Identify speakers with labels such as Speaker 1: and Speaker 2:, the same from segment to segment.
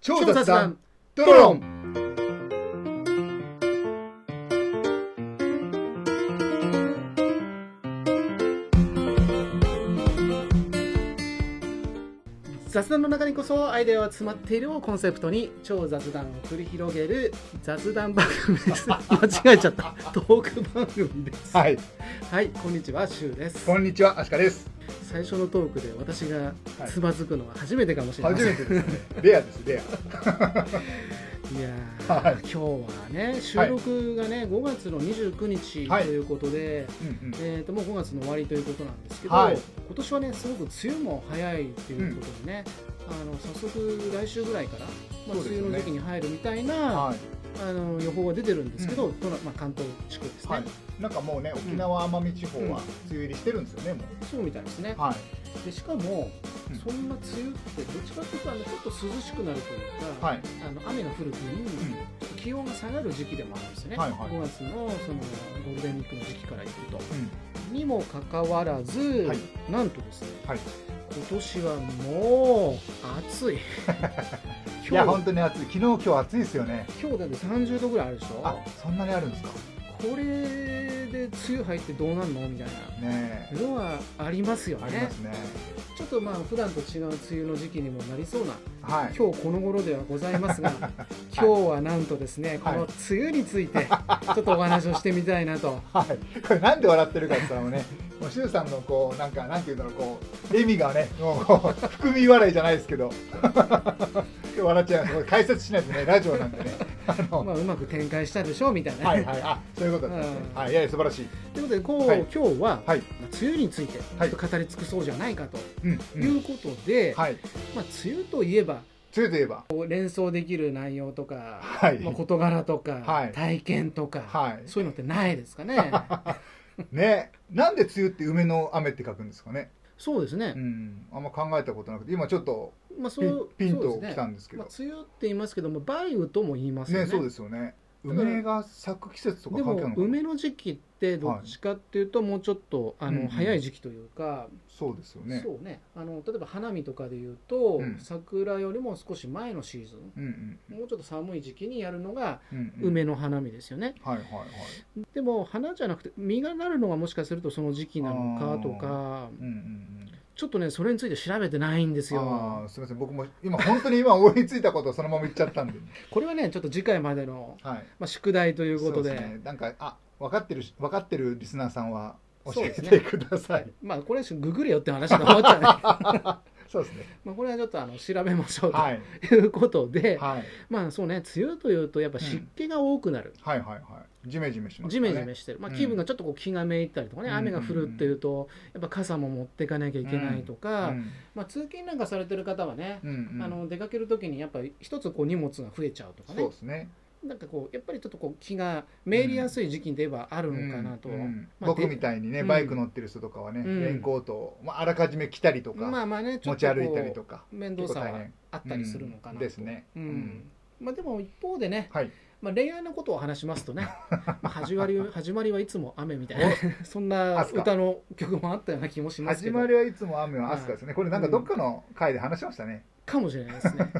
Speaker 1: 超
Speaker 2: 超
Speaker 1: 雑
Speaker 2: 雑談
Speaker 1: 談ドロン
Speaker 2: 雑談の中にこそアイデアは詰まっているをコンセプトに超雑談を繰り広げる雑談番組です間違えちゃったトーク番組です
Speaker 1: はい
Speaker 2: はいこんにちはシュウです
Speaker 1: こんにちはアシカです
Speaker 2: 最初のトークで私がつまずくのは初めてかもしれませ
Speaker 1: 初
Speaker 2: ん、
Speaker 1: めてですねレアですレ
Speaker 2: いやー、
Speaker 1: はい
Speaker 2: 今日はね収録がね、5月の29日
Speaker 1: はい
Speaker 2: ということで、
Speaker 1: ア、うん
Speaker 2: えー、ともう5月の終わりということなんですけど、
Speaker 1: はい
Speaker 2: 今年はねすごく梅雨も早いっていうことでね、あの早速来週ぐらいから、ま
Speaker 1: そ
Speaker 2: あ、
Speaker 1: うです
Speaker 2: 梅
Speaker 1: よね
Speaker 2: 雨の時期に入るみたいな、
Speaker 1: うん、は
Speaker 2: あの予報が出てるんですけど、どのまあ、関東地区です
Speaker 1: い、
Speaker 2: ね、
Speaker 1: はい、なんかもうね沖縄奄美地方は
Speaker 2: うん
Speaker 1: 梅雨入りしてるんですよねも
Speaker 2: そうみたいですね
Speaker 1: う、はい
Speaker 2: でしかも、
Speaker 1: うん
Speaker 2: そんな梅雨ってどっちかっていうとあのちょっと涼しくなるというか、
Speaker 1: はい、
Speaker 2: あの雨が降る分、気温が下がる時期でもあるんですよね、
Speaker 1: はいはい
Speaker 2: 5月のそのゴールデンウィークの時期から行くと。
Speaker 1: うん
Speaker 2: にもかかわらず、
Speaker 1: はい
Speaker 2: なんとですね、
Speaker 1: はい
Speaker 2: 今年はもう 暑い
Speaker 1: いや
Speaker 2: 今
Speaker 1: 本
Speaker 2: 日
Speaker 1: 当に暑い昨日今日暑いですよね
Speaker 2: 今日だって30度ぐらいあるでしょ
Speaker 1: あそんなにあるんですか
Speaker 2: これで梅雨入ってどうなんのみたい
Speaker 1: ねえ
Speaker 2: なのはありますよ
Speaker 1: ありま
Speaker 2: ね
Speaker 1: すね
Speaker 2: ちょっとまあ普段と違う梅雨の時期にもなりそうな
Speaker 1: はい
Speaker 2: 今日この頃ではござ いますが今日はなんとですねこ
Speaker 1: はい
Speaker 2: の梅雨についてちょっとお話をしてみたいなと
Speaker 1: はい、これなんで笑ってるかって言った らね、もうシュウさんのこうなんかなんていうんだろうこう笑みがね、もうこう含み笑いじゃないですけど、 笑っちゃいます。これ解説しないとねラジオなんでね、あの、
Speaker 2: まあうまく展開したでしょうみたいな。
Speaker 1: はいはいあそういうことですね
Speaker 2: う。ん
Speaker 1: はいいやいや素晴らしい。
Speaker 2: ということでこう、
Speaker 1: はい
Speaker 2: 今日は、
Speaker 1: はい
Speaker 2: まあ梅雨についてちょ
Speaker 1: は
Speaker 2: っ
Speaker 1: い
Speaker 2: と語り尽くそうじゃないかと
Speaker 1: うん、う
Speaker 2: い
Speaker 1: ん、
Speaker 2: うことで、
Speaker 1: はい。
Speaker 2: まあ、梅雨といえば
Speaker 1: 梅雨といえば、
Speaker 2: こう連想できる内容とか、
Speaker 1: はい
Speaker 2: まあ、事柄とか、
Speaker 1: はい
Speaker 2: 体験とか、
Speaker 1: はい
Speaker 2: そういうのってないですかね
Speaker 1: ね、なんで梅雨って梅の雨って書くんですかね。
Speaker 2: そうですね
Speaker 1: う、ん、あんま考えたことなくて、今ちょっと
Speaker 2: まあ、そ
Speaker 1: ピン
Speaker 2: う
Speaker 1: ピン
Speaker 2: そう
Speaker 1: と
Speaker 2: です
Speaker 1: き
Speaker 2: ね
Speaker 1: たんですけど
Speaker 2: まあ、、梅雨って言いますけども梅雨とも言いますよね
Speaker 1: ね、そうですよね。
Speaker 2: だから
Speaker 1: 梅が咲く季節とか
Speaker 2: で
Speaker 1: 関
Speaker 2: も
Speaker 1: 係あるのかな
Speaker 2: 梅の時期ってどっちかっていうともうちょっと、あ
Speaker 1: うんう
Speaker 2: の
Speaker 1: ん
Speaker 2: 早い時期というか、
Speaker 1: そうですよね。
Speaker 2: そうねあの例えば花見とかで言うと、
Speaker 1: うん
Speaker 2: 桜よりも少し前のシーズン
Speaker 1: うんうん
Speaker 2: もうちょっと寒い時期にやるのが
Speaker 1: うんうん。
Speaker 2: 梅の花見ですよね、
Speaker 1: はいはいはい。
Speaker 2: でも花じゃなくて実がなるのはもしかするとその時期なのかとか
Speaker 1: うんうんうん。
Speaker 2: ちょっとねそれについて調べてないんで
Speaker 1: あ
Speaker 2: すよ
Speaker 1: ーすみません僕も今本当に今思いついたことをそのまま言っちゃったんで、
Speaker 2: これはねちょっと次回までの、
Speaker 1: はい。
Speaker 2: まあ、宿題とい
Speaker 1: と
Speaker 2: うことで
Speaker 1: ね、なんかあ分かってるし分かってるリスナーさんは教え
Speaker 2: そう
Speaker 1: て
Speaker 2: で
Speaker 1: ください。
Speaker 2: まあこれググれよって話だと思ったら、ね、
Speaker 1: そうですね。
Speaker 2: まあこれはちょっとあの調べましょう
Speaker 1: はい
Speaker 2: ということで、
Speaker 1: はい
Speaker 2: まあそうね梅雨というとやっぱ湿気が多くなる、
Speaker 1: はいはいはい。ジメジメします、ね。
Speaker 2: ジメジメしてる、まあ、
Speaker 1: うん
Speaker 2: 気分がちょっとこう気がめいったりとかね、
Speaker 1: うん
Speaker 2: 雨が降るっていうとやっぱ傘も持っていかなきゃいけないと
Speaker 1: う
Speaker 2: か、
Speaker 1: ん
Speaker 2: まあ、通勤なんかされてる方はね、
Speaker 1: うんうん。
Speaker 2: あの出かける時にやっぱり一つこう荷物が増えちゃうと
Speaker 1: そ
Speaker 2: か
Speaker 1: う
Speaker 2: ね
Speaker 1: ですね。
Speaker 2: なんかこうやっぱりちょっとこう気がめいりやすい時期ではあるのかなと、
Speaker 1: うんうん
Speaker 2: まあ
Speaker 1: 僕
Speaker 2: で
Speaker 1: みたいにね
Speaker 2: うん
Speaker 1: バイク乗ってる人とかはね、
Speaker 2: うん
Speaker 1: レインコートを、まあ、あらかじめ着たりとか、
Speaker 2: まあまあねちょ
Speaker 1: 持
Speaker 2: っ
Speaker 1: ち
Speaker 2: とこ
Speaker 1: 歩いたりと
Speaker 2: う
Speaker 1: か
Speaker 2: 面倒
Speaker 1: 結
Speaker 2: さ
Speaker 1: 構大
Speaker 2: は
Speaker 1: 変
Speaker 2: あったりするのかなと、
Speaker 1: うんですね。
Speaker 2: うんまあ、でも一方でね、
Speaker 1: はい。
Speaker 2: まあ、恋愛のことを話します とねまあ始まり始まりはいつも雨みたいなそんな
Speaker 1: あそうか
Speaker 2: 歌の曲もあったような気もします
Speaker 1: 始
Speaker 2: けど
Speaker 1: まりはいつも雨は朝ですね。これなんかどっかの回で話しましたね。
Speaker 2: かもしれないで すね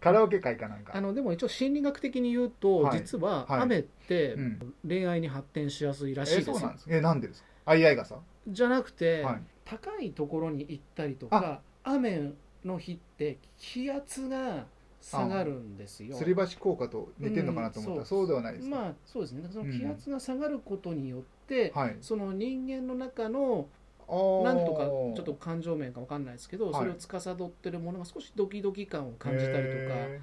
Speaker 1: カラオケ会かなんか。
Speaker 2: あのでも一応心理学的に言うと、
Speaker 1: はい
Speaker 2: 実は
Speaker 1: はい
Speaker 2: 雨って
Speaker 1: うん
Speaker 2: 恋愛に発展しやすいらしいです
Speaker 1: えーそう
Speaker 2: よ
Speaker 1: なんですえなんでですかあいあい傘
Speaker 2: じゃなくて、
Speaker 1: はい
Speaker 2: 高いところに行ったりとか雨の日って気圧が下がるんですよ
Speaker 1: すり橋効果と似てるのかなと思ったら、
Speaker 2: うん
Speaker 1: そうではないですか、
Speaker 2: まあそうですねその気圧が下がることによって、
Speaker 1: はい
Speaker 2: その人間の中の
Speaker 1: あー
Speaker 2: なんとかちょっと感情面かわかんないですけ
Speaker 1: は
Speaker 2: ど、
Speaker 1: い
Speaker 2: それを司ってるものが少しドキドキ感を感じたりとか
Speaker 1: へ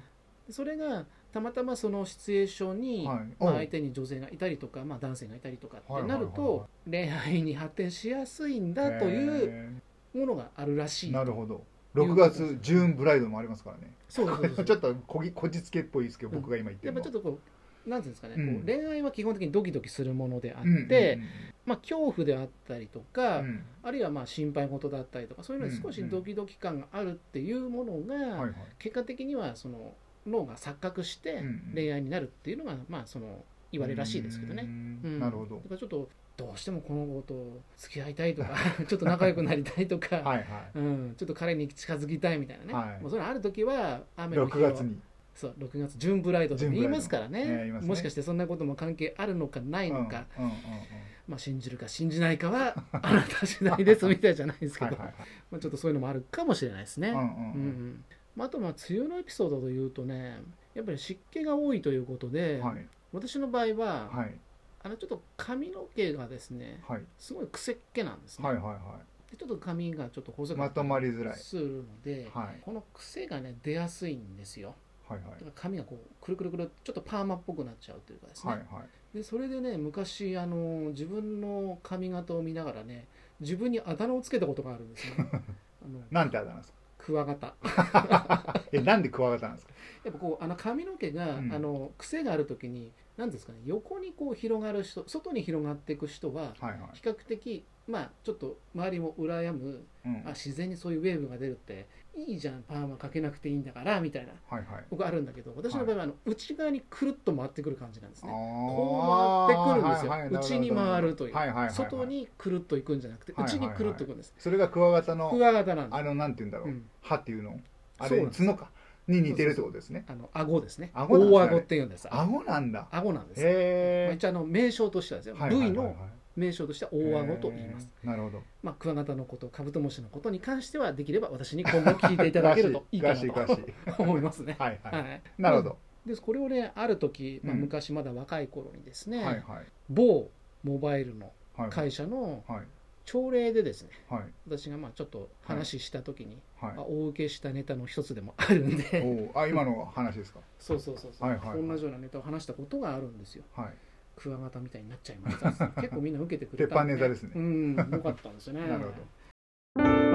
Speaker 2: それがたまたまそのシチュエーション
Speaker 1: ー
Speaker 2: に、
Speaker 1: はい
Speaker 2: まあ、
Speaker 1: おう
Speaker 2: 相手に女性がいたりとか、まあ、男性がいたりとかってなると
Speaker 1: は
Speaker 2: 恋愛に発展しやすいんだという
Speaker 1: へ
Speaker 2: ものがあるらし
Speaker 1: ー
Speaker 2: い
Speaker 1: なるほど6月ジューンブライドもありますからね
Speaker 2: そうですそうで す
Speaker 1: ちょっとこぎこじつけっぽいですけど
Speaker 2: うん
Speaker 1: 僕が今言って
Speaker 2: やっ
Speaker 1: る
Speaker 2: ぱ
Speaker 1: の
Speaker 2: ちょっ
Speaker 1: と
Speaker 2: とこうなんていうんですかね、
Speaker 1: うん
Speaker 2: こう恋愛は基本的にドキドキするものであって、まあ、恐怖であったりとか、あるいはまあ心配事だったりとかそういうのに少しドキドキ感があるっていうものが、
Speaker 1: はいはい
Speaker 2: 結果的にはその脳が錯覚して
Speaker 1: うん
Speaker 2: 恋愛になるっていうのが、まあその言われるらしいですけど
Speaker 1: う
Speaker 2: ね、
Speaker 1: ん
Speaker 2: うん
Speaker 1: なるほど
Speaker 2: だからちょっとどうしてもこの子と付き合いたい とかちょっと仲良くなりたいとか、
Speaker 1: はいはい
Speaker 2: うん、ちょっと彼に近づきたいみたいなね、
Speaker 1: はい
Speaker 2: もうそれある時は雨の日
Speaker 1: 6
Speaker 2: を
Speaker 1: 月に
Speaker 2: そう6月ジューンブライドって言いますからね,、
Speaker 1: ジューンブライドね言いますね
Speaker 2: もしかしてそんなことも関係あるのかないのか、
Speaker 1: うんうんうんうん
Speaker 2: まあ、信じるか信じないかはあなた次第ですみたいじゃないですけ
Speaker 1: はい
Speaker 2: ど
Speaker 1: はいはい
Speaker 2: まあ、ちょっとそういうのもあるかもしれないですね。
Speaker 1: うんうん
Speaker 2: うんうんまああとまあ梅雨のエピソードというとねやっぱり湿気が多いということで、
Speaker 1: はい
Speaker 2: 私の場合は、
Speaker 1: はい
Speaker 2: あのちょっと髪の毛がですね
Speaker 1: はい
Speaker 2: すごい癖っ気なんですね、
Speaker 1: はいはいは
Speaker 2: でちょっと髪がちょっと細
Speaker 1: い
Speaker 2: くな
Speaker 1: ま
Speaker 2: った
Speaker 1: と
Speaker 2: り
Speaker 1: まりづらいはい
Speaker 2: するので、
Speaker 1: はい
Speaker 2: この癖がね出やすいんですよ
Speaker 1: はい
Speaker 2: だから髪がこうくるくるくるちょっとパーマっぽくなっちゃうというかですね、
Speaker 1: はいはい
Speaker 2: でそれでね昔あの自分の髪型を見ながらね自分にあだ名をつけたことがあるんですねあ の
Speaker 1: なんてあだ名ですか
Speaker 2: クワガタ
Speaker 1: えなんでクワガタなんですか
Speaker 2: やっぱこうあの髪の毛が、
Speaker 1: うん
Speaker 2: あの癖がある時に何ですかね横にこう広がる人外に広がっていく人は
Speaker 1: はいはい
Speaker 2: 比較的まあちょっと周りも羨む
Speaker 1: うんは
Speaker 2: あ
Speaker 1: い
Speaker 2: 自然にそういうウェーブが出るっていいじゃんパーマかけなくていいんだからみたいな
Speaker 1: はい
Speaker 2: 僕あるんだけど私の場合はあの内側にくるっと回ってくる感じなんです
Speaker 1: あー
Speaker 2: ねこう回ってくるんですよ
Speaker 1: はいはいなほど
Speaker 2: 内に回るという
Speaker 1: はいははは
Speaker 2: 外にくるっといくんじゃなくて
Speaker 1: はいはい
Speaker 2: 内
Speaker 1: はい
Speaker 2: にくるっといくんです
Speaker 1: それがクワガタ
Speaker 2: ク
Speaker 1: の
Speaker 2: ワガタなんで
Speaker 1: あ
Speaker 2: す
Speaker 1: のなんて言うんだろ
Speaker 2: う
Speaker 1: うん歯っていうのあ
Speaker 2: そう
Speaker 1: れ
Speaker 2: なんです
Speaker 1: 角かに似てるってことですね
Speaker 2: あの顎ですね
Speaker 1: 顎なんですね
Speaker 2: 大顎っていうんです
Speaker 1: 顎なんだ
Speaker 2: 顎なんですまあ
Speaker 1: へえ
Speaker 2: 一応あの名称としてはですよ部位の名称としては大顎と言います
Speaker 1: なるほど
Speaker 2: まあ、クワガタのこと、カブトムシのことに関しては、できれば私に今後聞いていただけるといいかな
Speaker 1: 詳しい詳しい
Speaker 2: と
Speaker 1: 詳しい
Speaker 2: 思いますね。
Speaker 1: はいは
Speaker 2: はいい、
Speaker 1: なるほど
Speaker 2: でこれをね、ある時、まあ、
Speaker 1: うん
Speaker 2: 昔まだ若い頃にですね、
Speaker 1: はいはいはい
Speaker 2: 某モバイルの
Speaker 1: はい
Speaker 2: 会社の
Speaker 1: はい
Speaker 2: 朝礼でですね、
Speaker 1: はい
Speaker 2: 私がまあちょっと話した時に、
Speaker 1: はい
Speaker 2: まあ、お受けしたネタの一つでもあるんで、
Speaker 1: おーあ今の話ですか
Speaker 2: そうそうそうそう、
Speaker 1: はいはいはい
Speaker 2: 同じようなネタを話したことがあるんですよ。
Speaker 1: はい
Speaker 2: クワガタみたいになっちゃいました っつって。結構みんな受けてくれ
Speaker 1: 鉄
Speaker 2: た
Speaker 1: 板
Speaker 2: んで。
Speaker 1: ネタですね
Speaker 2: うん、良かったんですよね。
Speaker 1: なるほど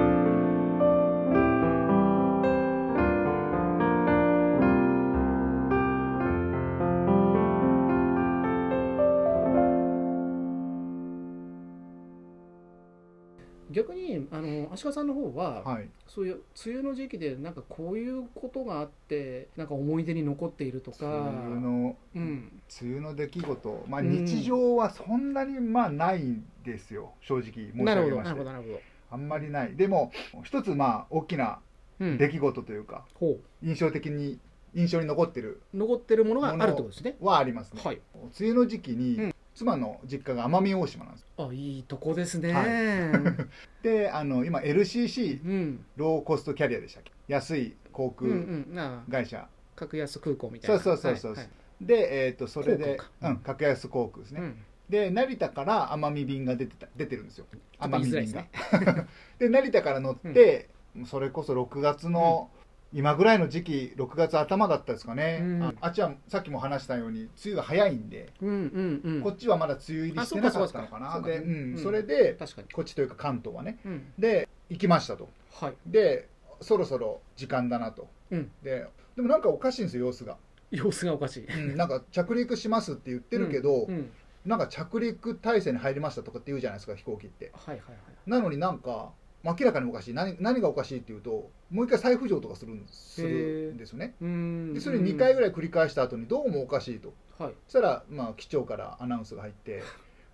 Speaker 2: 逆にあの足利さんの方は、
Speaker 1: はい
Speaker 2: そういう梅雨の時期でなんかこういうことがあってなんか思い出に残っているとか
Speaker 1: 梅雨の
Speaker 2: うん
Speaker 1: 梅雨の出来事まあ
Speaker 2: うん
Speaker 1: 日常はそんなにまあないんですよ正直申し
Speaker 2: なる
Speaker 1: 上げ
Speaker 2: ほど
Speaker 1: ま
Speaker 2: なる
Speaker 1: して
Speaker 2: ほどなるほど、
Speaker 1: あんまりないでも一つまあ大きな
Speaker 2: うん、
Speaker 1: 出来事というか
Speaker 2: ほ
Speaker 1: 印象的に印象に残ってる
Speaker 2: う残ってるものがあるってことですね
Speaker 1: はありますね
Speaker 2: はい
Speaker 1: 梅雨の時期に、
Speaker 2: うん
Speaker 1: 妻の実家が奄美大島なんです
Speaker 2: あいいとこですね、
Speaker 1: は
Speaker 2: う
Speaker 1: であの今 LCC
Speaker 2: ん
Speaker 1: ローコストキャリアでしたっけ安い航
Speaker 2: うんう
Speaker 1: 空
Speaker 2: んなあ
Speaker 1: 会社、
Speaker 2: 格安空港みたいな
Speaker 1: そうそうそうそう
Speaker 2: はい
Speaker 1: で、えー、とそれで
Speaker 2: 航空、か
Speaker 1: うん、格安航空ですね、
Speaker 2: はいうん
Speaker 1: で成田から奄美便が出てた出てるんですよ
Speaker 2: ちょっと
Speaker 1: 奄
Speaker 2: 言
Speaker 1: 美
Speaker 2: いづらいで
Speaker 1: 便
Speaker 2: す
Speaker 1: が
Speaker 2: ね
Speaker 1: で成田から乗って、それこそ6月の、今ぐらいの時期6月頭だったですかね、
Speaker 2: うん
Speaker 1: ああっちはさっきも話したように梅雨が早いんで、
Speaker 2: うんうんうん
Speaker 1: こっちはまだ梅雨入りしてなかったのか
Speaker 2: あそ
Speaker 1: な
Speaker 2: うかそうか
Speaker 1: で、
Speaker 2: そうか
Speaker 1: うん
Speaker 2: うん
Speaker 1: それで
Speaker 2: 確かに、
Speaker 1: こっちというか関東はね
Speaker 2: うん、
Speaker 1: で行きましたと
Speaker 2: はい
Speaker 1: でそろそろ時間だなと、
Speaker 2: うん
Speaker 1: ででもなんかおかしいんですよ様子が、
Speaker 2: 様子がおかしい
Speaker 1: うんなんか着陸しますって言ってるけど、
Speaker 2: うんうん
Speaker 1: なんか着陸体制に入りましたとかって言うじゃないですか飛行機って
Speaker 2: はいはいはい
Speaker 1: なのになんか明らかにおかしい何何がおかしいっていうともう一回再浮上とかするんするんですよね
Speaker 2: うん
Speaker 1: でそれ2回ぐら
Speaker 2: い、
Speaker 1: い繰り返した後にどうもおかしいと
Speaker 2: はい、
Speaker 1: そしたら、まあ、機長からアナウンスが入 って、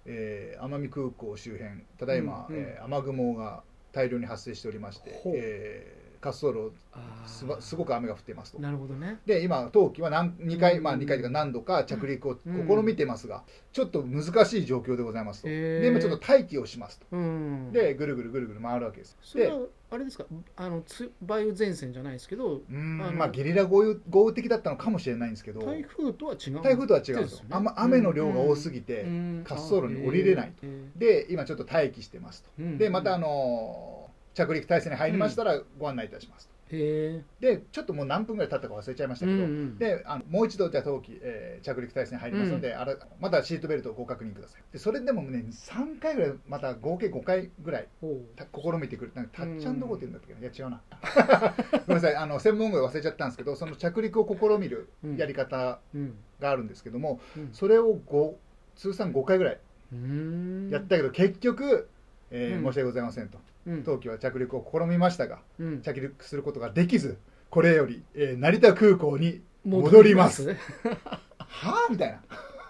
Speaker 1: えー奄美空港周辺ただいま、
Speaker 2: うんうん
Speaker 1: えー雨雲が大量に発生しておりまして、
Speaker 2: ほう
Speaker 1: えー滑走路
Speaker 2: あー
Speaker 1: すばすごく雨が降っていますと
Speaker 2: なるほどね
Speaker 1: で今冬季は何2回、
Speaker 2: うん
Speaker 1: まあ、2回というか何度か着陸を
Speaker 2: うん
Speaker 1: 試みてますが、ちょっと難しい状況でございますと、
Speaker 2: へー
Speaker 1: で今ちょっと待機をしますと
Speaker 2: うん
Speaker 1: でぐるぐるぐるぐる回るわけです
Speaker 2: それ
Speaker 1: で
Speaker 2: はあれですかあのつ梅雨前線じゃないですけど
Speaker 1: うーん
Speaker 2: あの
Speaker 1: まあゲリラ豪雨豪雨的だったのかもしれないんですけど
Speaker 2: 台風とは違う
Speaker 1: 台風とは違うんですよ、あんま雨の量が多す
Speaker 2: ぎ
Speaker 1: ぎて、
Speaker 2: 滑
Speaker 1: 滑走路に降りれないで今ちょっと待機してますと、でまたあのー着陸体制に入りましたらご案内いたしますと、
Speaker 2: へ
Speaker 1: でちょっともう何分ぐらい経ったか忘れちゃいましたけど、
Speaker 2: で
Speaker 1: であのもう一度じゃあ冬季、えー着陸体制に入りますので、あらまたシートベルトをご確認くださいでそれでもね3回ぐらいまた合計5回ぐらいた試みてくるなんかタッチャンどこって言うんだっけな、いや違うなごめんなさいあの専門用語忘れちゃったんですけどその着陸を試みるやり方があるんですけども、それを5通算5回ぐらいやったけど結局、えー
Speaker 2: うん
Speaker 1: 申し訳ございませんと
Speaker 2: と
Speaker 1: 冬季は着陸を試みましたが着陸することができずこれより、えー成田空港に戻りますはあみたいな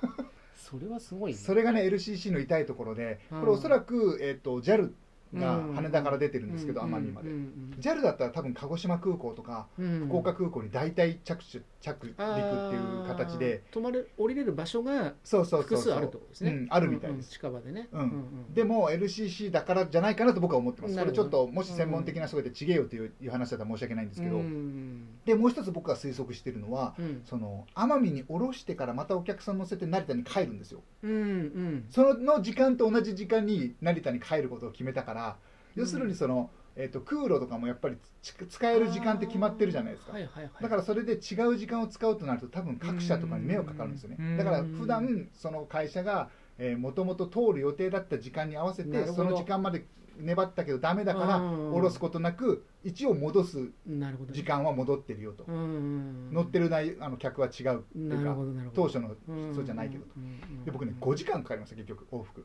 Speaker 2: それはすごいね
Speaker 1: それがね LCC の痛いところで
Speaker 2: うん
Speaker 1: これおそらく、えー、と JAL が
Speaker 2: うん
Speaker 1: 羽田から出てるんですけど
Speaker 2: うん
Speaker 1: 奄美まで
Speaker 2: うん
Speaker 1: JAL だったら多分鹿児島空港とか
Speaker 2: うん
Speaker 1: 福岡空港に大体着手着陸っていう形で
Speaker 2: 止まる降りれる場所が
Speaker 1: そうそうそ
Speaker 2: 複
Speaker 1: う
Speaker 2: 数
Speaker 1: そう
Speaker 2: あるってことですね、
Speaker 1: うんあるみたいです
Speaker 2: うんうん近場でね、
Speaker 1: うん
Speaker 2: うん
Speaker 1: でも LCC だからじゃないかなと僕は思ってますこ
Speaker 2: な
Speaker 1: れ
Speaker 2: る
Speaker 1: ちょ
Speaker 2: ほ
Speaker 1: っ
Speaker 2: ど
Speaker 1: ともし専門的な人がいてちげえよといういう話だったら申し訳ないんですけど、
Speaker 2: うん
Speaker 1: でもう一つ僕が推測してるのは
Speaker 2: うん
Speaker 1: その奄美に降ろしてからまたお客さん乗せて成田に帰るんですよ
Speaker 2: うんうん
Speaker 1: その時間と同じ時間に成田に帰ることを決めたから
Speaker 2: うん
Speaker 1: 要するにその、えっと空路とかもやっぱりつ使える時間って決まってるじゃないですか、
Speaker 2: はいはいはい、
Speaker 1: だからそれで違う時間を使うとなると多分各社とかに迷惑かかるんですよ
Speaker 2: う
Speaker 1: ね
Speaker 2: ん
Speaker 1: だから普段その会社がもともと通る予定だった時間に合わせ
Speaker 2: な
Speaker 1: て
Speaker 2: る
Speaker 1: そ
Speaker 2: ほど
Speaker 1: の時間まで粘ったけどダメだから
Speaker 2: うん
Speaker 1: 下ろすことなく一応戻す
Speaker 2: なるほど
Speaker 1: 時間は戻ってるよと
Speaker 2: うんうんうん
Speaker 1: 乗ってる内あの客は違うってい
Speaker 2: な
Speaker 1: う
Speaker 2: る
Speaker 1: か
Speaker 2: ほどなるほど
Speaker 1: 当初の
Speaker 2: うん
Speaker 1: そうじゃないけどと
Speaker 2: うんうんうん
Speaker 1: で僕ね5時間かかりました結局往復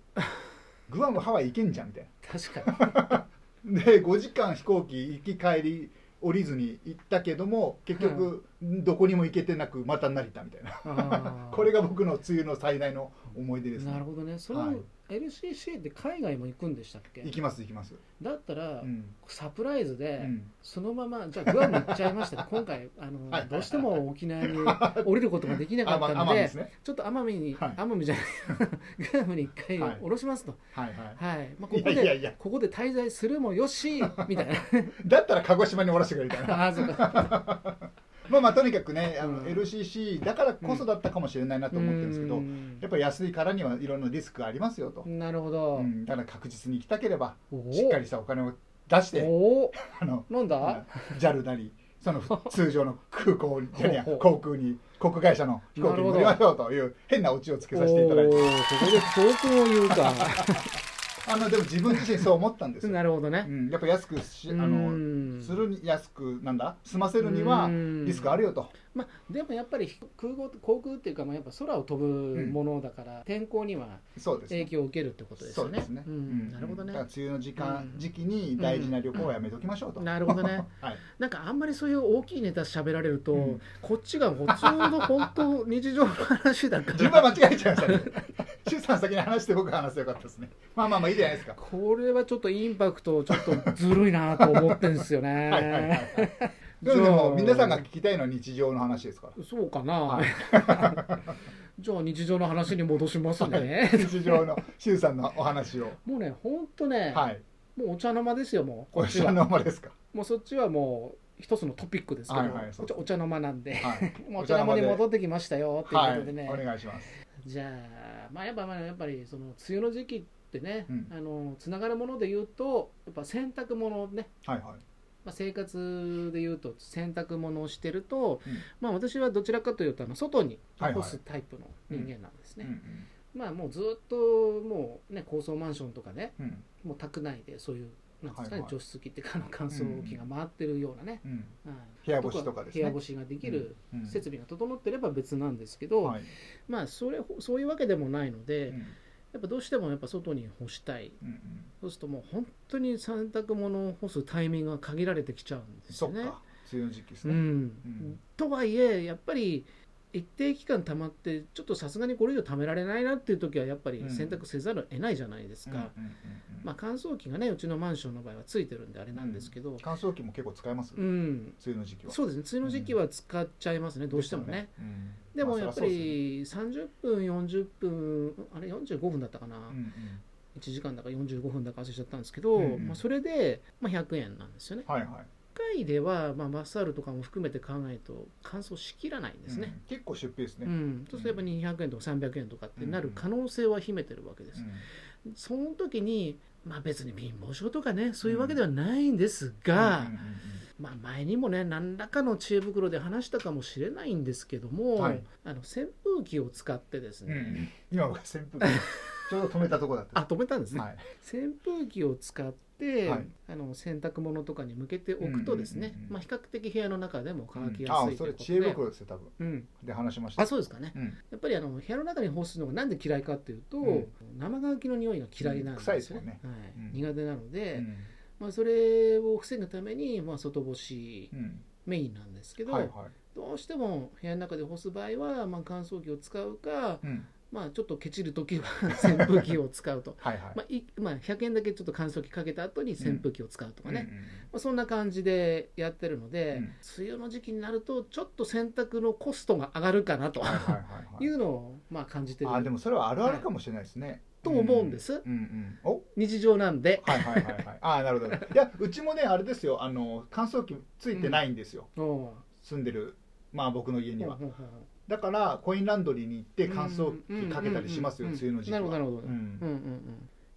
Speaker 1: グアムハワイ行けんじゃんみたい
Speaker 2: 確かに
Speaker 1: なで5時間飛行機行き帰り降りずに行ったけども結局どこにも行けてなくまた成田みたいな
Speaker 2: あ ー
Speaker 1: これが僕の梅雨の最大の思い出です、ね
Speaker 2: なるほどねそれ
Speaker 1: はい
Speaker 2: を LCC って海外も行くんでしたっけ、
Speaker 1: 行きます行きます、
Speaker 2: だったら、
Speaker 1: うん
Speaker 2: サプライズ
Speaker 1: う
Speaker 2: で、
Speaker 1: ん
Speaker 2: そのままじゃあグアム行っちゃいましたね今回あ
Speaker 1: はいはい
Speaker 2: のどうしても沖 縄に降りることができなか
Speaker 1: あ
Speaker 2: っ
Speaker 1: ま
Speaker 2: たので,、
Speaker 1: あまあですね
Speaker 2: ちょっと奄美に、
Speaker 1: はい
Speaker 2: 奄美じゃない グアムに一回
Speaker 1: はい
Speaker 2: 降ろしますと、
Speaker 1: はいはい
Speaker 2: はいまあ、ここで
Speaker 1: いやいやいや
Speaker 2: ここで滞在するもよしみたいな
Speaker 1: だったら鹿児島におらしてくれみた いな
Speaker 2: ああそ うか
Speaker 1: まあまあとにかくねあの、
Speaker 2: うん
Speaker 1: LCC だからこそだったかもしれないなと思ってるんですけど、
Speaker 2: うん
Speaker 1: やっぱり安いからにはいろんなリスクありますよと、
Speaker 2: なるほど、
Speaker 1: うんだから確実に行きたければ
Speaker 2: おお
Speaker 1: しっかりしたお金を出して
Speaker 2: おお
Speaker 1: あの
Speaker 2: なんだ
Speaker 1: JAL なりそ の通常の空港にじゃねえや
Speaker 2: ほうほう
Speaker 1: 航空に航空会社の飛行機に乗りましょうという変なオチをつけさせていただい
Speaker 2: お
Speaker 1: て
Speaker 2: ーここで教訓 を言うか
Speaker 1: あのでも自分自身そう思ったんですよ、
Speaker 2: なるほど
Speaker 1: う
Speaker 2: ね、
Speaker 1: ん、やっぱ安くしあ
Speaker 2: う
Speaker 1: の
Speaker 2: ん
Speaker 1: するに安くなんだ済ませるには
Speaker 2: うん
Speaker 1: リスクあるよと、
Speaker 2: まあ、でもやっぱり空港航空っていうか、まあ、やっぱ空を飛ぶものだから、天候には
Speaker 1: そうです
Speaker 2: 影
Speaker 1: ね
Speaker 2: 響を受けるってことです
Speaker 1: そ
Speaker 2: よ
Speaker 1: う
Speaker 2: ね。
Speaker 1: ですね、
Speaker 2: う
Speaker 1: うん
Speaker 2: ん、なるほど
Speaker 1: だから
Speaker 2: ね。
Speaker 1: 梅雨の時間、
Speaker 2: うん
Speaker 1: 時期に大事な旅行はやめときましょうと、
Speaker 2: なるほ どね。
Speaker 1: はい、
Speaker 2: なんかあんまりそういう大きいネタ喋られると、
Speaker 1: うん
Speaker 2: こっちが普通の本当日常の話だ か
Speaker 1: 順
Speaker 2: ら。
Speaker 1: 番間違えちゃいましたね 周さん先に話して僕が話せばよかったですねまあまあまあいいじゃないですか
Speaker 2: これはちょっとインパクトちょっとずるいなと思ってんですよね。
Speaker 1: はいはいはいはいでもでも皆さんが聞きたいのは日常の話ですから
Speaker 2: そうかな、
Speaker 1: はい
Speaker 2: じゃあ日常の話に戻しますね。
Speaker 1: 日常の周さんのお話を
Speaker 2: もうね、本当ね、
Speaker 1: はい
Speaker 2: もうお茶の間ですよ、もう。こ
Speaker 1: お
Speaker 2: っ
Speaker 1: っ
Speaker 2: ち
Speaker 1: しゃ
Speaker 2: は
Speaker 1: のまですか
Speaker 2: もうそっちはもう一つのトピックですけど、
Speaker 1: はいはいそう
Speaker 2: お茶お茶の間なんで、
Speaker 1: はい
Speaker 2: もうお茶の間に戻ってきましたよっていう
Speaker 1: はい
Speaker 2: ことでね、
Speaker 1: お願いします
Speaker 2: じゃあ、まあ、やっぱまあやっぱりその梅雨の時期ってね、
Speaker 1: うん
Speaker 2: あのつながるもので言うと、やっぱ洗濯物ね、
Speaker 1: はいはい
Speaker 2: まあ、生活で言うと洗濯物をしてると、
Speaker 1: うん
Speaker 2: まあ、私はどちらかというとあの外に
Speaker 1: はいはい
Speaker 2: 干すタイプの人間なんですね、
Speaker 1: うん
Speaker 2: まあもうずっともうね高層マンションとかね
Speaker 1: うんうん
Speaker 2: もう宅内でそういうなんですかね、
Speaker 1: はいはい
Speaker 2: 除湿機っていうかあの乾燥機が回ってるようなね、
Speaker 1: うん
Speaker 2: はい
Speaker 1: 部屋干しとかですね
Speaker 2: 部屋干しができる
Speaker 1: うんうん
Speaker 2: 設備が整ってれば別なんですけど、
Speaker 1: はい
Speaker 2: まあそれそういうわけでもないので、
Speaker 1: うんうん
Speaker 2: やっぱどうしてもやっぱ外に干したい
Speaker 1: うん
Speaker 2: そうするともう本当に洗濯物を干すタイミングが限られてきちゃうんです
Speaker 1: そ
Speaker 2: よ
Speaker 1: っか
Speaker 2: ね。
Speaker 1: 梅雨の時期です
Speaker 2: うん
Speaker 1: ねん
Speaker 2: とはいえやっぱり一定期間たまってちょっとさすがにこれ以上貯められないなっていう時はやっぱり洗濯せざるを得ないじゃないですか、
Speaker 1: うんうんうんうん
Speaker 2: まあ、乾燥機がねうちのマンションの場合はついてるんであれなんですけど、
Speaker 1: 乾燥機も結構使えます
Speaker 2: うん
Speaker 1: 梅雨の時期は
Speaker 2: そうですね梅雨の時期は使っちゃいますね、どうしてもね。
Speaker 1: すようん
Speaker 2: でも
Speaker 1: まあ
Speaker 2: やっ
Speaker 1: そ
Speaker 2: ぱ
Speaker 1: りゃそうですよね
Speaker 2: り30分40分あれ45分だったかな、
Speaker 1: うん
Speaker 2: 1時間だか45分だか忘れちゃったんですけど、
Speaker 1: うんうん
Speaker 2: まあ、それで、まあ、100円なんですよね
Speaker 1: うんはいはい
Speaker 2: 1回では、まあ、バスタオルとかも含めて考えると乾燥しきらないんですね、
Speaker 1: うん結構出費です
Speaker 2: う
Speaker 1: ね
Speaker 2: んそうするとやっぱ200円とか300円とかってなる可能性は秘めてるわけです、その時に、まあ、別に貧乏症とかねそういうわけではないんですが、
Speaker 1: うんうんうん
Speaker 2: まあ、前にもね何らかの知恵袋で話したかもしれないんですけども、
Speaker 1: はい
Speaker 2: あの扇風機を使ってです
Speaker 1: うんう
Speaker 2: ね、
Speaker 1: ん今僕扇風機ちょうど止めたとこだ った
Speaker 2: あ止めたんですね、
Speaker 1: はい
Speaker 2: 扇風機を使って、
Speaker 1: はい
Speaker 2: あの洗濯物とかに向けておくとですね、
Speaker 1: うんうんうんうん
Speaker 2: まあ、比較的部屋の中でも乾きや
Speaker 1: あ
Speaker 2: すい
Speaker 1: そ
Speaker 2: とい
Speaker 1: れ
Speaker 2: うこと
Speaker 1: 知
Speaker 2: で、
Speaker 1: 恵
Speaker 2: うん
Speaker 1: 袋ですよ多分で話しました
Speaker 2: あそうですかね
Speaker 1: うん
Speaker 2: やっぱりあの部屋の中に干すのがなんで嫌いかっていうと、
Speaker 1: うん
Speaker 2: 生乾きの匂いが嫌いなんです
Speaker 1: うん臭い
Speaker 2: よ
Speaker 1: ですよね
Speaker 2: はい
Speaker 1: うん
Speaker 2: 苦手なので、
Speaker 1: うん
Speaker 2: まあ、それを防ぐために、まあ、外干し
Speaker 1: うん
Speaker 2: メインなんですけど、
Speaker 1: はいはい
Speaker 2: どうしても部屋の中で干す場合は、まあ、乾燥機を使うか、
Speaker 1: うん
Speaker 2: まあ、ちょっとケチる時は 扇風機を使うと、
Speaker 1: はいはい。
Speaker 2: まあいまあ、100円だけちょっと乾燥機かけた後に扇風機を使うとかね、
Speaker 1: うんうん
Speaker 2: まあ、そんな感じでやってるので、
Speaker 1: うん
Speaker 2: 梅雨の時期になるとちょっと洗濯のコストが上がるかなと
Speaker 1: はいはいはいはい
Speaker 2: いうのをまあ感じてる
Speaker 1: あでもそれはあるあるかもしれないですね。
Speaker 2: と思うんです
Speaker 1: うんうん。お
Speaker 2: 日常なんで
Speaker 1: はいはいはいはい。ああなるほど。いやうちもねあれですよあの乾燥機ついてないんですよ、
Speaker 2: おう
Speaker 1: 住んでるまあ僕の家には。
Speaker 2: ほうほう
Speaker 1: だからコインランドリーに行って乾燥
Speaker 2: うん
Speaker 1: 機かけたりしますよ
Speaker 2: うん
Speaker 1: 梅雨の時期
Speaker 2: なるほどな
Speaker 1: は。
Speaker 2: るほど、
Speaker 1: う
Speaker 2: うんうん
Speaker 1: ん。
Speaker 2: うん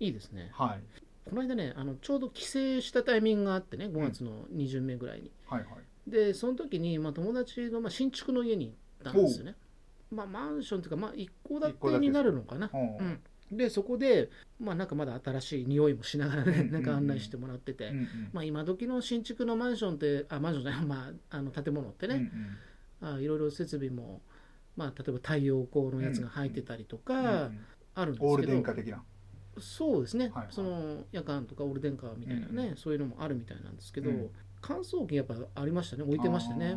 Speaker 2: いいですね
Speaker 1: はい
Speaker 2: この間ねあのちょうど帰省したタイミングがあってね5月の2巡目ぐらいに、
Speaker 1: はいはい。
Speaker 2: でその時に、まあ、友達の、まあ、新築の家に行ったんですよねまあマンションというか、まあ、一戸建
Speaker 1: 一戸建
Speaker 2: て
Speaker 1: て
Speaker 2: になるのかな
Speaker 1: ほう
Speaker 2: うんでそこで、まあ、なんかまだ新しい匂いもしながら
Speaker 1: うんうん
Speaker 2: ね
Speaker 1: うん
Speaker 2: なんか案内してもらってて、
Speaker 1: うんうん
Speaker 2: まあ、今時の新築のマンションってあマンションじゃない、まあ、あの建物って
Speaker 1: うんう
Speaker 2: ね、
Speaker 1: ん
Speaker 2: あいろいろ設備も、まあ、例えば太陽光のやつが入ってたりと
Speaker 1: うんう
Speaker 2: か
Speaker 1: ん
Speaker 2: あるんですけど、
Speaker 1: オール電化的な。
Speaker 2: そうですね、
Speaker 1: はいはい
Speaker 2: その夜間とかオール電化みたいなね、
Speaker 1: うんう
Speaker 2: そういうのもあるみたいなんですけど、
Speaker 1: うん
Speaker 2: 乾燥機やっぱありましたね置いてましたね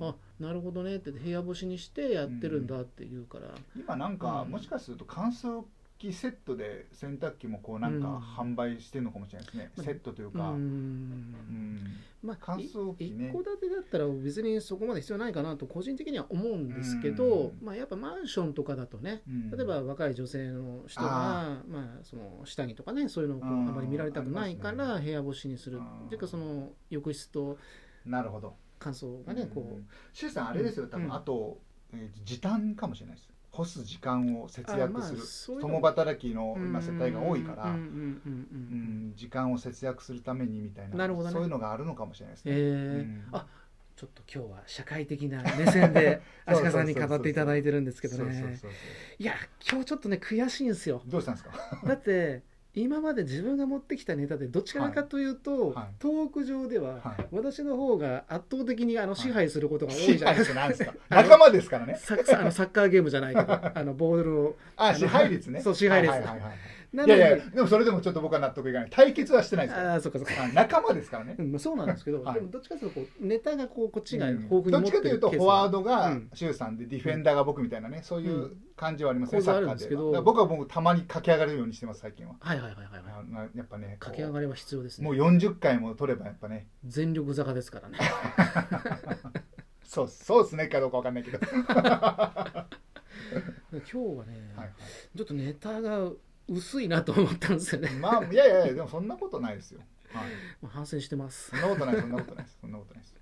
Speaker 1: あー
Speaker 2: あなるほどねって部屋干しにしてやってるんだって言うから、
Speaker 1: 今なんか、
Speaker 2: うん
Speaker 1: もしかすると乾燥機セットで洗濯機もこうなん
Speaker 2: うん
Speaker 1: か販売してるのかもしれないですね、
Speaker 2: まあ
Speaker 1: セットという
Speaker 2: う
Speaker 1: か、うん
Speaker 2: んまあ
Speaker 1: 乾燥機ね
Speaker 2: 一戸建てだったら別にそこまで必要ないかなと個人的には思うんですけ
Speaker 1: う
Speaker 2: ど
Speaker 1: ん、
Speaker 2: まあ、やっぱマンションとかだとね
Speaker 1: うん
Speaker 2: 例えば若い女性の人が
Speaker 1: あ
Speaker 2: まあ、その下着とかねそういうのをこうあ
Speaker 1: うん
Speaker 2: まり見られたくないか
Speaker 1: あり
Speaker 2: ら部屋干しにする
Speaker 1: うん
Speaker 2: っていうかその浴室と
Speaker 1: なるほど、
Speaker 2: 乾燥がねこ
Speaker 1: う
Speaker 2: うん
Speaker 1: シュウさんあれですよ多分、
Speaker 2: うん
Speaker 1: あと、えー時短かもしれないです干す時間を節約する、
Speaker 2: そういうの
Speaker 1: 共働きの今
Speaker 2: うん
Speaker 1: 世帯が多いから、う
Speaker 2: う
Speaker 1: ん
Speaker 2: うん
Speaker 1: ん
Speaker 2: うんうんうん
Speaker 1: 時間を節約するためにみたいな
Speaker 2: なるほどね
Speaker 1: そういうのがあるのかもしれないです
Speaker 2: え
Speaker 1: ね。う
Speaker 2: ー
Speaker 1: ん
Speaker 2: あちょっと今日は社会的な目線で
Speaker 1: そう
Speaker 2: 足
Speaker 1: そうそ
Speaker 2: 利
Speaker 1: うそう
Speaker 2: さんに語っていただいてるんですけど
Speaker 1: そうそう
Speaker 2: ね
Speaker 1: そうそう
Speaker 2: いや今日ちょっとね悔しいんです よ
Speaker 1: どうしたんですか
Speaker 2: だって今まで自分が持ってきたネタでどちらかというと、
Speaker 1: はいはい
Speaker 2: トーク上では、
Speaker 1: はい
Speaker 2: 私の方が圧倒的にあの
Speaker 1: い
Speaker 2: 支配することが多い
Speaker 1: 支
Speaker 2: じゃない
Speaker 1: 配
Speaker 2: で
Speaker 1: っ
Speaker 2: す
Speaker 1: て
Speaker 2: か、
Speaker 1: 何ですか 仲間ですから ね
Speaker 2: サッカーあのサッカーゲームじゃない けどあのボールを
Speaker 1: あ支配率ね
Speaker 2: そう支配率
Speaker 1: はいはいはいはい
Speaker 2: ないの
Speaker 1: や
Speaker 2: に
Speaker 1: いや、でもそれでもちょっと僕は納得いかない。対決はしてないですよ。
Speaker 2: ああそっかそっか、
Speaker 1: あ仲間ですからね
Speaker 2: う。んまあ、そうなんですけど、
Speaker 1: はい
Speaker 2: でもどっちかというとこうネタがこうこっちが
Speaker 1: う
Speaker 2: 豊富
Speaker 1: ん
Speaker 2: に
Speaker 1: ど
Speaker 2: 持
Speaker 1: っ
Speaker 2: って
Speaker 1: ちか
Speaker 2: る
Speaker 1: と
Speaker 2: ケ
Speaker 1: いうと、フォ
Speaker 2: ース
Speaker 1: ワード
Speaker 2: う
Speaker 1: が
Speaker 2: ん
Speaker 1: シュウさんで、ディフェンダーが僕みたいなね、そういう感じはありますね、
Speaker 2: うん
Speaker 1: サッ
Speaker 2: 構図
Speaker 1: カー
Speaker 2: あるんで
Speaker 1: ですは。
Speaker 2: けど
Speaker 1: だから僕はもうたまに駆け上がれるようにしてます、最近は。
Speaker 2: はいはいはいはいはい
Speaker 1: あなやっぱね、こう
Speaker 2: 駆け上がりは必要ですね
Speaker 1: もう40回も取ればやっぱね、
Speaker 2: 全力坂ですからね
Speaker 1: そうそうですねかどうかわかんない けど。はい
Speaker 2: 今日はね、
Speaker 1: はい
Speaker 2: ちょっとネタが薄いなと思ったんですよ ね、
Speaker 1: まあ、いやいやいや、でもそんなことないですよ。はい
Speaker 2: まあ反省してます
Speaker 1: そんなことない、そんなことないです。そんなことないです。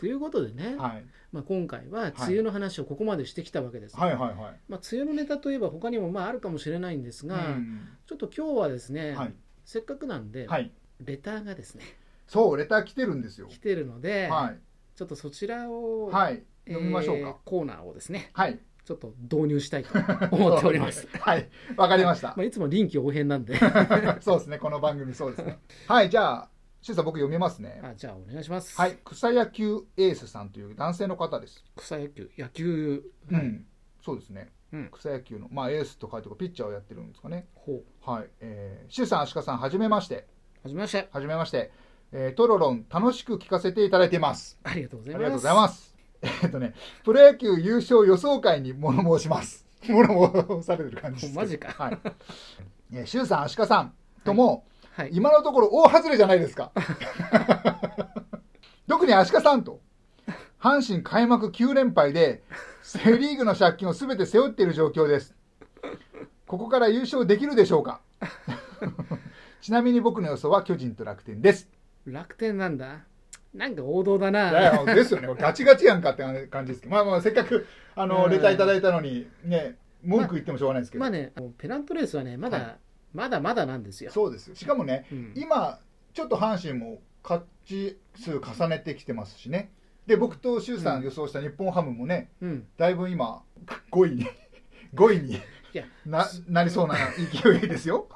Speaker 2: ということでね、
Speaker 1: はい。
Speaker 2: まあ、今回は梅雨の話をここまでしてきたわけです、
Speaker 1: はいはいはい。
Speaker 2: まあ、梅雨のネタといえば他にもまああるかもしれないんですが、
Speaker 1: うん
Speaker 2: ちょっと今日はですね、
Speaker 1: はい。
Speaker 2: せっかくなんで、
Speaker 1: はい。
Speaker 2: レターがですね
Speaker 1: そう、レター来てるんですよ
Speaker 2: 来。てるので、
Speaker 1: は
Speaker 2: ちょっとそちらを、
Speaker 1: い。はい。
Speaker 2: えー
Speaker 1: 読みましょうか。
Speaker 2: コーナーをですね
Speaker 1: はい。
Speaker 2: ちょっと導入したいと思っております。
Speaker 1: はい、わかりました
Speaker 2: ま。あ、いつも臨機応変なんで
Speaker 1: そうですね、この番組そうですね。はい、じゃあ、しゅうさん僕読みますね。
Speaker 2: あじゃあお願いします、
Speaker 1: はい、草野球エースさんという男性の方です。
Speaker 2: 草野球野球
Speaker 1: う
Speaker 2: はい
Speaker 1: ん、そうですね。
Speaker 2: うん
Speaker 1: 草野球の、まあ、エースと書いてこうピッチャーをやってるんですかね。
Speaker 2: ほう
Speaker 1: はい、えー、しゅうさん、あしかさん、はじめまして。
Speaker 2: はじめまして
Speaker 1: はじめまして。えー、トロロン、楽しく聞かせていただいています。
Speaker 2: ありがとうござ
Speaker 1: あり
Speaker 2: いま
Speaker 1: が
Speaker 2: す
Speaker 1: とうございます。えーっとね、プロ野球優勝予想会に物申します。 物申されてる感じですけど。
Speaker 2: マジか
Speaker 1: はい。えー、しゅうさん、あしかさんとも、
Speaker 2: はい
Speaker 1: 今のところ大外れじゃないですか。 特に足利さんと、阪神開幕9連敗で、セ・リーグの借金を全て背負っている状況です。ここから優勝できるでしょうか ちなみに僕の予想は巨人と楽天です。
Speaker 2: 楽天なんだなんか王道だ
Speaker 1: いや
Speaker 2: ない
Speaker 1: やですよね、これガチガチやんかって感じですけど、まあまあ、せっかくあ
Speaker 2: う
Speaker 1: の
Speaker 2: ん
Speaker 1: レターいただいたのに、ね、文句言ってもしょうがないですけど、
Speaker 2: まあねあのペナントレースはねまだ、
Speaker 1: はい
Speaker 2: まだまだなんですよ
Speaker 1: そうですよしかもね、
Speaker 2: うん
Speaker 1: 今ちょっと阪神も勝ち数重ねてきてますしねで僕と周さ
Speaker 2: うん
Speaker 1: ん予想した日本ハムもね
Speaker 2: うん
Speaker 1: だいぶ今5位に 5位に
Speaker 2: いや
Speaker 1: ななりそうな勢いです よ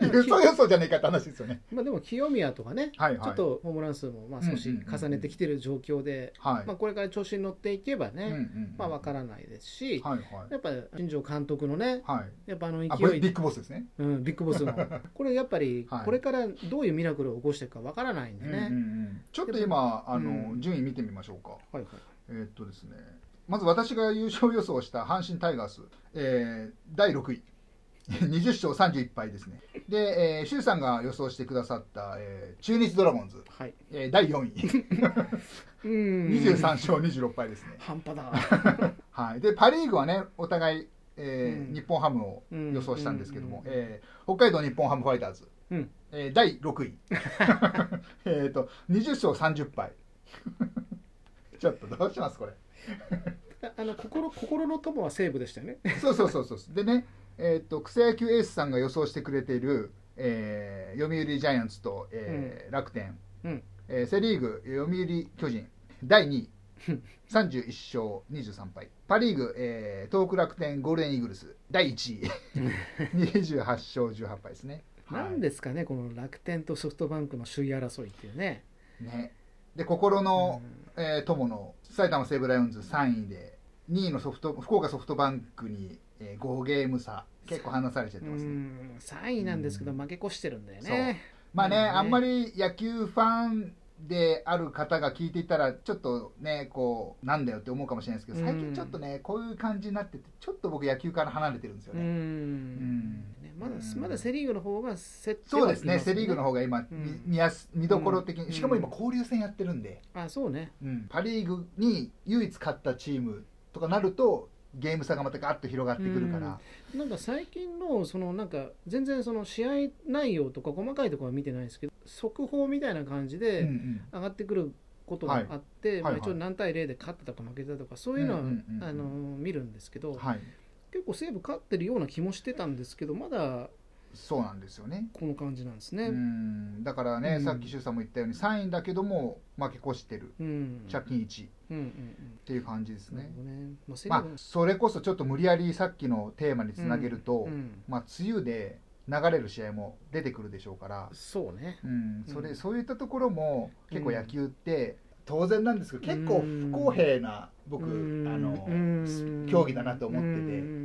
Speaker 1: 予想予想じゃねえかって話ですよね
Speaker 2: まあ、でも清宮とかね、
Speaker 1: はいはい
Speaker 2: ちょっとホームラン数もまあ少し重ねてきてる状況で、
Speaker 1: はい、
Speaker 2: まあ、これから調子に乗っていけばね、
Speaker 1: うんうんうん
Speaker 2: まあ、分からないですし、
Speaker 1: はいはい
Speaker 2: やっぱ新庄監督のね
Speaker 1: はい
Speaker 2: やっぱあの
Speaker 1: あこ
Speaker 2: 勢
Speaker 1: れ
Speaker 2: い
Speaker 1: ビッグボスですね
Speaker 2: うん、ビッグボスの これやっぱり
Speaker 1: はい
Speaker 2: これからどういうミラクルを起こしていくか分からないんでね、
Speaker 1: うんうんうんちょっと今あの、
Speaker 2: うん
Speaker 1: 順位見てみましょうか
Speaker 2: はいはい
Speaker 1: えーっとですねまず私が優勝予想した阪神タイガース、えー第6位 20勝31敗ですねで、えー、周さんが予想してくださった、えー中日ドラゴンズ、
Speaker 2: はい。
Speaker 1: えー第4位
Speaker 2: うん
Speaker 1: 23勝26敗ですね、
Speaker 2: 半端だ。
Speaker 1: はい、でパ・リーグはねお互い、えー
Speaker 2: うん
Speaker 1: 日本ハムを予想したんですけども、
Speaker 2: うん
Speaker 1: えー北海道日本ハムファイターズ、
Speaker 2: うん
Speaker 1: えー第6位 えっと20勝30敗 ちょっとどうしますこれ
Speaker 2: あの心心の友は西武でしたよね。
Speaker 1: そうそうそうそうでねえっ、と草野球エースさんが予想してくれている、えー読売ジャイアンツと、えー楽天、
Speaker 2: うん
Speaker 1: えーセ・リーグ読売巨人第2位 31勝23敗パ・リーグ、えー東北楽天ゴールデンイーグルス第1位 28勝18敗ですね
Speaker 2: なんですかねこの楽天とソフトバンクの首位争いっていうね。
Speaker 1: ねで心の
Speaker 2: う、
Speaker 1: えー友の埼玉西武ライオンズ3位で2位のソフト福岡ソフトバンクに、えー5ゲーム差結構離されちゃってますね、
Speaker 2: ん3位なんですけど負け越してるんだよ
Speaker 1: そう
Speaker 2: ね。
Speaker 1: まあね、
Speaker 2: うんね
Speaker 1: あんまり野球ファンである方が聞いていたらちょっとねこうなんだよって思うかもしれないですけど最
Speaker 2: う
Speaker 1: 近
Speaker 2: ん
Speaker 1: ちょっとねこういう感じになっててちょっと僕野球から離れてるんですよ
Speaker 2: う
Speaker 1: ね、
Speaker 2: ん
Speaker 1: う
Speaker 2: ねまだ
Speaker 1: うん
Speaker 2: まだセ・リーグの方が競って
Speaker 1: そう
Speaker 2: はい
Speaker 1: ですね
Speaker 2: ます
Speaker 1: セ・リーグの方が今、
Speaker 2: うん
Speaker 1: み見やす見どころ的に、
Speaker 2: うん
Speaker 1: しかも今交流戦やってるんで、
Speaker 2: あそうね
Speaker 1: うんパ・リーグに唯一勝ったチームとかなるとゲーム差がまたガッと広がってくるから、
Speaker 2: なんか最近のそのなんか全然その試合内容とか細かいところは見てないんですけど速報みたいな感じ
Speaker 1: う
Speaker 2: で
Speaker 1: んうん
Speaker 2: 上がってくることがあって、
Speaker 1: いはいは
Speaker 2: ま
Speaker 1: い
Speaker 2: あ、一応何対0で勝ってたとか負けてたとかそういうのは、
Speaker 1: うんうんうんうん
Speaker 2: あの見るんですけど、
Speaker 1: はい
Speaker 2: 結構西武勝ってるような気もしてたんですけどまだ
Speaker 1: そうなんですよね
Speaker 2: この感じなんですね。
Speaker 1: う
Speaker 2: うん
Speaker 1: んだからね、
Speaker 2: うん
Speaker 1: さっき周さんも言ったように3位だけども負け越してる
Speaker 2: うん
Speaker 1: 借金1っ
Speaker 2: うんうん
Speaker 1: ていう感じです
Speaker 2: うんなる
Speaker 1: ね、
Speaker 2: ほどねまあ西武
Speaker 1: まあ
Speaker 2: の、
Speaker 1: それこそちょっと無理やりさっきのテーマにつなげると、
Speaker 2: うん
Speaker 1: まあ、梅雨で流れる試合も出てくるでしょうから、
Speaker 2: そうね
Speaker 1: うんそれ
Speaker 2: うん
Speaker 1: そういったところも結構
Speaker 2: うん
Speaker 1: 野球って当然なんですけど結構不公平な僕、
Speaker 2: うん
Speaker 1: あ
Speaker 2: うん
Speaker 1: の競技だなと思ってて、
Speaker 2: うんうん
Speaker 1: う
Speaker 2: う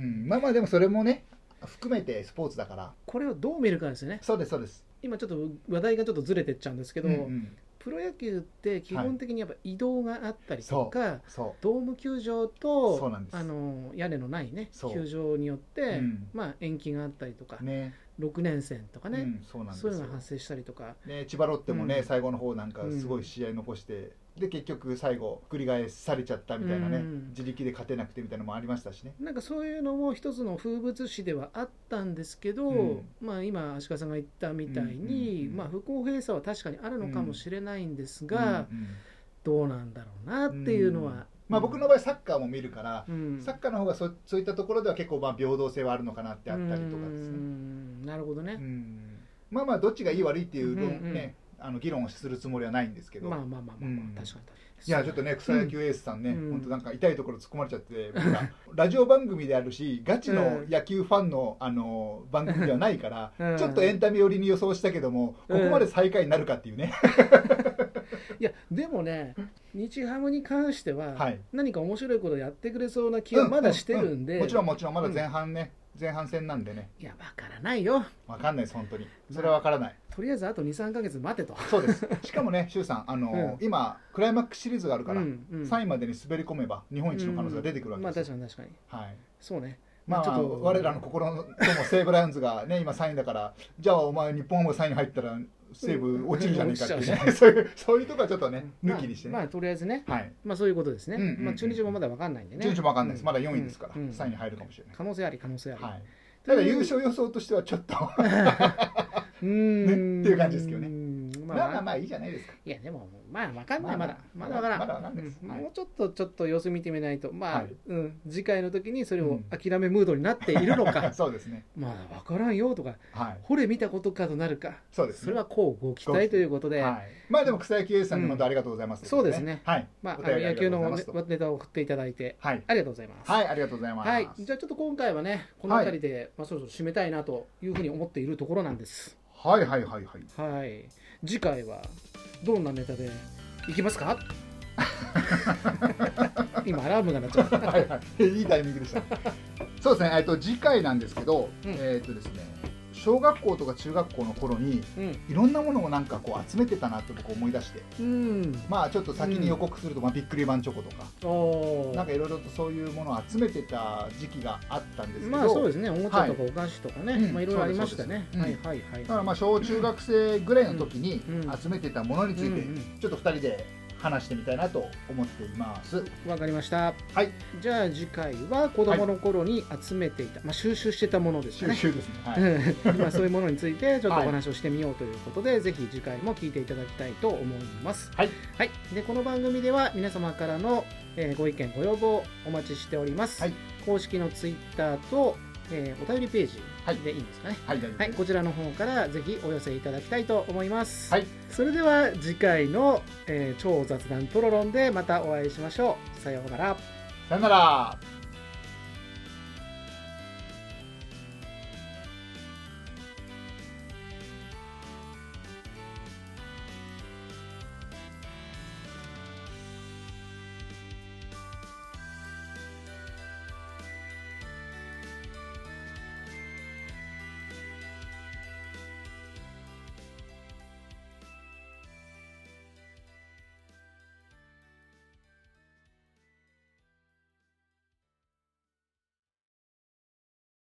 Speaker 2: ん
Speaker 1: んまあまあでもそれもね含めてスポーツだから
Speaker 2: これをどう見るかですよね
Speaker 1: そうですそうです
Speaker 2: 今ちょっと話題がちょっとずれてっちゃうんですけど、
Speaker 1: うんうん
Speaker 2: プロ野球って基本的にやっぱ移動があったりとか、
Speaker 1: そ
Speaker 2: ドーム球場
Speaker 1: そう
Speaker 2: と
Speaker 1: なんです
Speaker 2: あの屋根のないね
Speaker 1: そう
Speaker 2: 球場によって、
Speaker 1: う、うん
Speaker 2: まあ、延期があったりとか、
Speaker 1: ね
Speaker 2: 6年戦とか
Speaker 1: う
Speaker 2: ね、
Speaker 1: ん、そうなんです
Speaker 2: そ
Speaker 1: よ
Speaker 2: ういうのが発生したりとか、
Speaker 1: ね、千葉ロッテもね、
Speaker 2: うん
Speaker 1: 最後の方なんかすごい試合残して、で結局最後繰り返されちゃったみたいなね、
Speaker 2: うん
Speaker 1: 自力で勝てなくてみたいなのもありましたしね
Speaker 2: なんかそういうのも一つの風物詩ではあったんですけど、
Speaker 1: うん
Speaker 2: まあ、今、足利さんが言ったみたいに、
Speaker 1: うん
Speaker 2: まあ、不公平さは確かにあるのかもしれないんですが、
Speaker 1: うんうん
Speaker 2: どうなんだろうなっていうのは。
Speaker 1: うんまあ、僕の場合サッカーも見るから、
Speaker 2: うん
Speaker 1: サッカーの方がそそういったところでは結構まあ平等性はあるのかなってあったりとかです
Speaker 2: う
Speaker 1: ね、
Speaker 2: んなるほど
Speaker 1: う
Speaker 2: ね、
Speaker 1: んまあまあどっちがいい悪いっていうの、
Speaker 2: うんうん
Speaker 1: ねあの議論をするつもりはないんですけど、
Speaker 2: まあまあまあまあ、まあ
Speaker 1: うん
Speaker 2: 確かに
Speaker 1: いやちょっとね草野球エースさんね、
Speaker 2: うん
Speaker 1: 本当なんか痛いところ突っ込まれちゃって、僕らラジオ番組であるしガチの野球ファンのあの番組ではないから、
Speaker 2: うん
Speaker 1: ちょっとエンタメ寄りに予想したけどもここまで最下位になるかっていうね、
Speaker 2: いやでもね日ハムに関しては、
Speaker 1: はい
Speaker 2: 何か面白いことやってくれそうな気はまだしてるんで、
Speaker 1: もちろんもちろんまだ前半ね、前半戦なんでね
Speaker 2: いやわからないよ
Speaker 1: わかんないです本当にそれはわからない
Speaker 2: とりあえずあと23か月待てと
Speaker 1: そうですしかもね周さんあの、
Speaker 2: う
Speaker 1: 今クライマックスシリーズがあるから、
Speaker 2: うんうん
Speaker 1: 3位までに滑り込めば日本一の可能性が出てくるわけ
Speaker 2: まあ
Speaker 1: ですよ、
Speaker 2: 確かに確かに
Speaker 1: はい
Speaker 2: そうね
Speaker 1: まあ、
Speaker 2: ちょっと
Speaker 1: 我らの心の友西武ライオンズがね今3位だからじゃあお前日本ハム3位に入ったら西武落ちるじゃねえかっていうね そういうそういうとこはちょっとね抜きにしてね、
Speaker 2: まあ、まあとりあえずね
Speaker 1: はい
Speaker 2: まあそういうことですね、
Speaker 1: うんうんうん
Speaker 2: まあ、中日もまだわかんないんでね
Speaker 1: 順序も分かんないです、
Speaker 2: う
Speaker 1: まだ4位ですから、
Speaker 2: うんうん
Speaker 1: 3位に入るかもしれない、
Speaker 2: 可能性あり可能性あり、
Speaker 1: はい、ただ優勝予想としてはちょっとま
Speaker 2: うーん
Speaker 1: ねっていう感じですけどねあ
Speaker 2: ね
Speaker 1: まあまあいいじゃないですか
Speaker 2: いやでもまあわかんない
Speaker 1: ま
Speaker 2: ま
Speaker 1: あま
Speaker 2: だま
Speaker 1: あ
Speaker 2: だわからん
Speaker 1: まだわかんないです
Speaker 2: うん
Speaker 1: はい
Speaker 2: もうちょっとちょっと様子見てみないとまあ、
Speaker 1: はい
Speaker 2: うん、次回の時にそれ
Speaker 1: う
Speaker 2: を
Speaker 1: ん
Speaker 2: 諦めムードになっているのか
Speaker 1: そうですね
Speaker 2: まあわからんよとか
Speaker 1: はい
Speaker 2: これ見たことかとなるか
Speaker 1: そうですね
Speaker 2: それはこうご期待ということで、
Speaker 1: はい、まあでも草野球エースさんに本当ありがとうございます、
Speaker 2: そうですね
Speaker 1: はい
Speaker 2: まあ
Speaker 1: お
Speaker 2: あ
Speaker 1: 便
Speaker 2: の
Speaker 1: りあ
Speaker 2: 野
Speaker 1: りが
Speaker 2: 球
Speaker 1: とうござい
Speaker 2: の
Speaker 1: ますと
Speaker 2: ネタを送っていただいて
Speaker 1: はい
Speaker 2: ありがとうございます。
Speaker 1: はいありがとうございます、
Speaker 2: はいじゃあちょっと今回はねこの辺りで、まあ、そろそろ締めたいなというふうに思っているところなんです
Speaker 1: はいはいはいはい
Speaker 2: はい次回はどんなネタでいきま すか今アラームが鳴っちゃっ た
Speaker 1: はいはい、いいタイミングでした。そうですね、えっと次回なんですけど、
Speaker 2: うん
Speaker 1: えっとですね、小学校とか中学校の頃に
Speaker 2: うん
Speaker 1: いろんなものをなんかこう集めてたなって僕思い出して
Speaker 2: うん
Speaker 1: まあちょっと先に予告すると、まあ、びっくりマンチョコとか
Speaker 2: おー
Speaker 1: なんかいろいろとそういうものを集めてた時期があったんですけど、
Speaker 2: まあそうですねおもちゃとかお菓子とかね、
Speaker 1: はい
Speaker 2: まあいろいろありましたね、
Speaker 1: うん
Speaker 2: はいはいはい
Speaker 1: だからまあ小中学生ぐらいの時に
Speaker 2: うん
Speaker 1: 集めてたものについ
Speaker 2: うんう
Speaker 1: てちょっと2人で話してみたいなと思っています。
Speaker 2: んわかりました
Speaker 1: はい
Speaker 2: じゃあ次回は子供の頃に集めていた、まあ収集してたものです
Speaker 1: 収
Speaker 2: ね
Speaker 1: 集ですね。はい
Speaker 2: うん まあそういうものについてちょっと
Speaker 1: は
Speaker 2: お
Speaker 1: い
Speaker 2: 話をしてみようということで、ぜひ次回も聞いていただきたいと思います。
Speaker 1: はい、
Speaker 2: でこの番組では皆様からの、えーご意見ご要望お待ちしております。
Speaker 1: はい
Speaker 2: 公式のツイッターと、えーお便りページ
Speaker 1: はい
Speaker 2: でいいんですかね。
Speaker 1: はい、大丈夫
Speaker 2: はい、
Speaker 1: です。
Speaker 2: こちらの方からぜひお寄せいただきたいと思います。
Speaker 1: はい、
Speaker 2: それでは次回の、えー超雑談プロロンでまたお会いしましょう。さようなら。
Speaker 1: さよなら。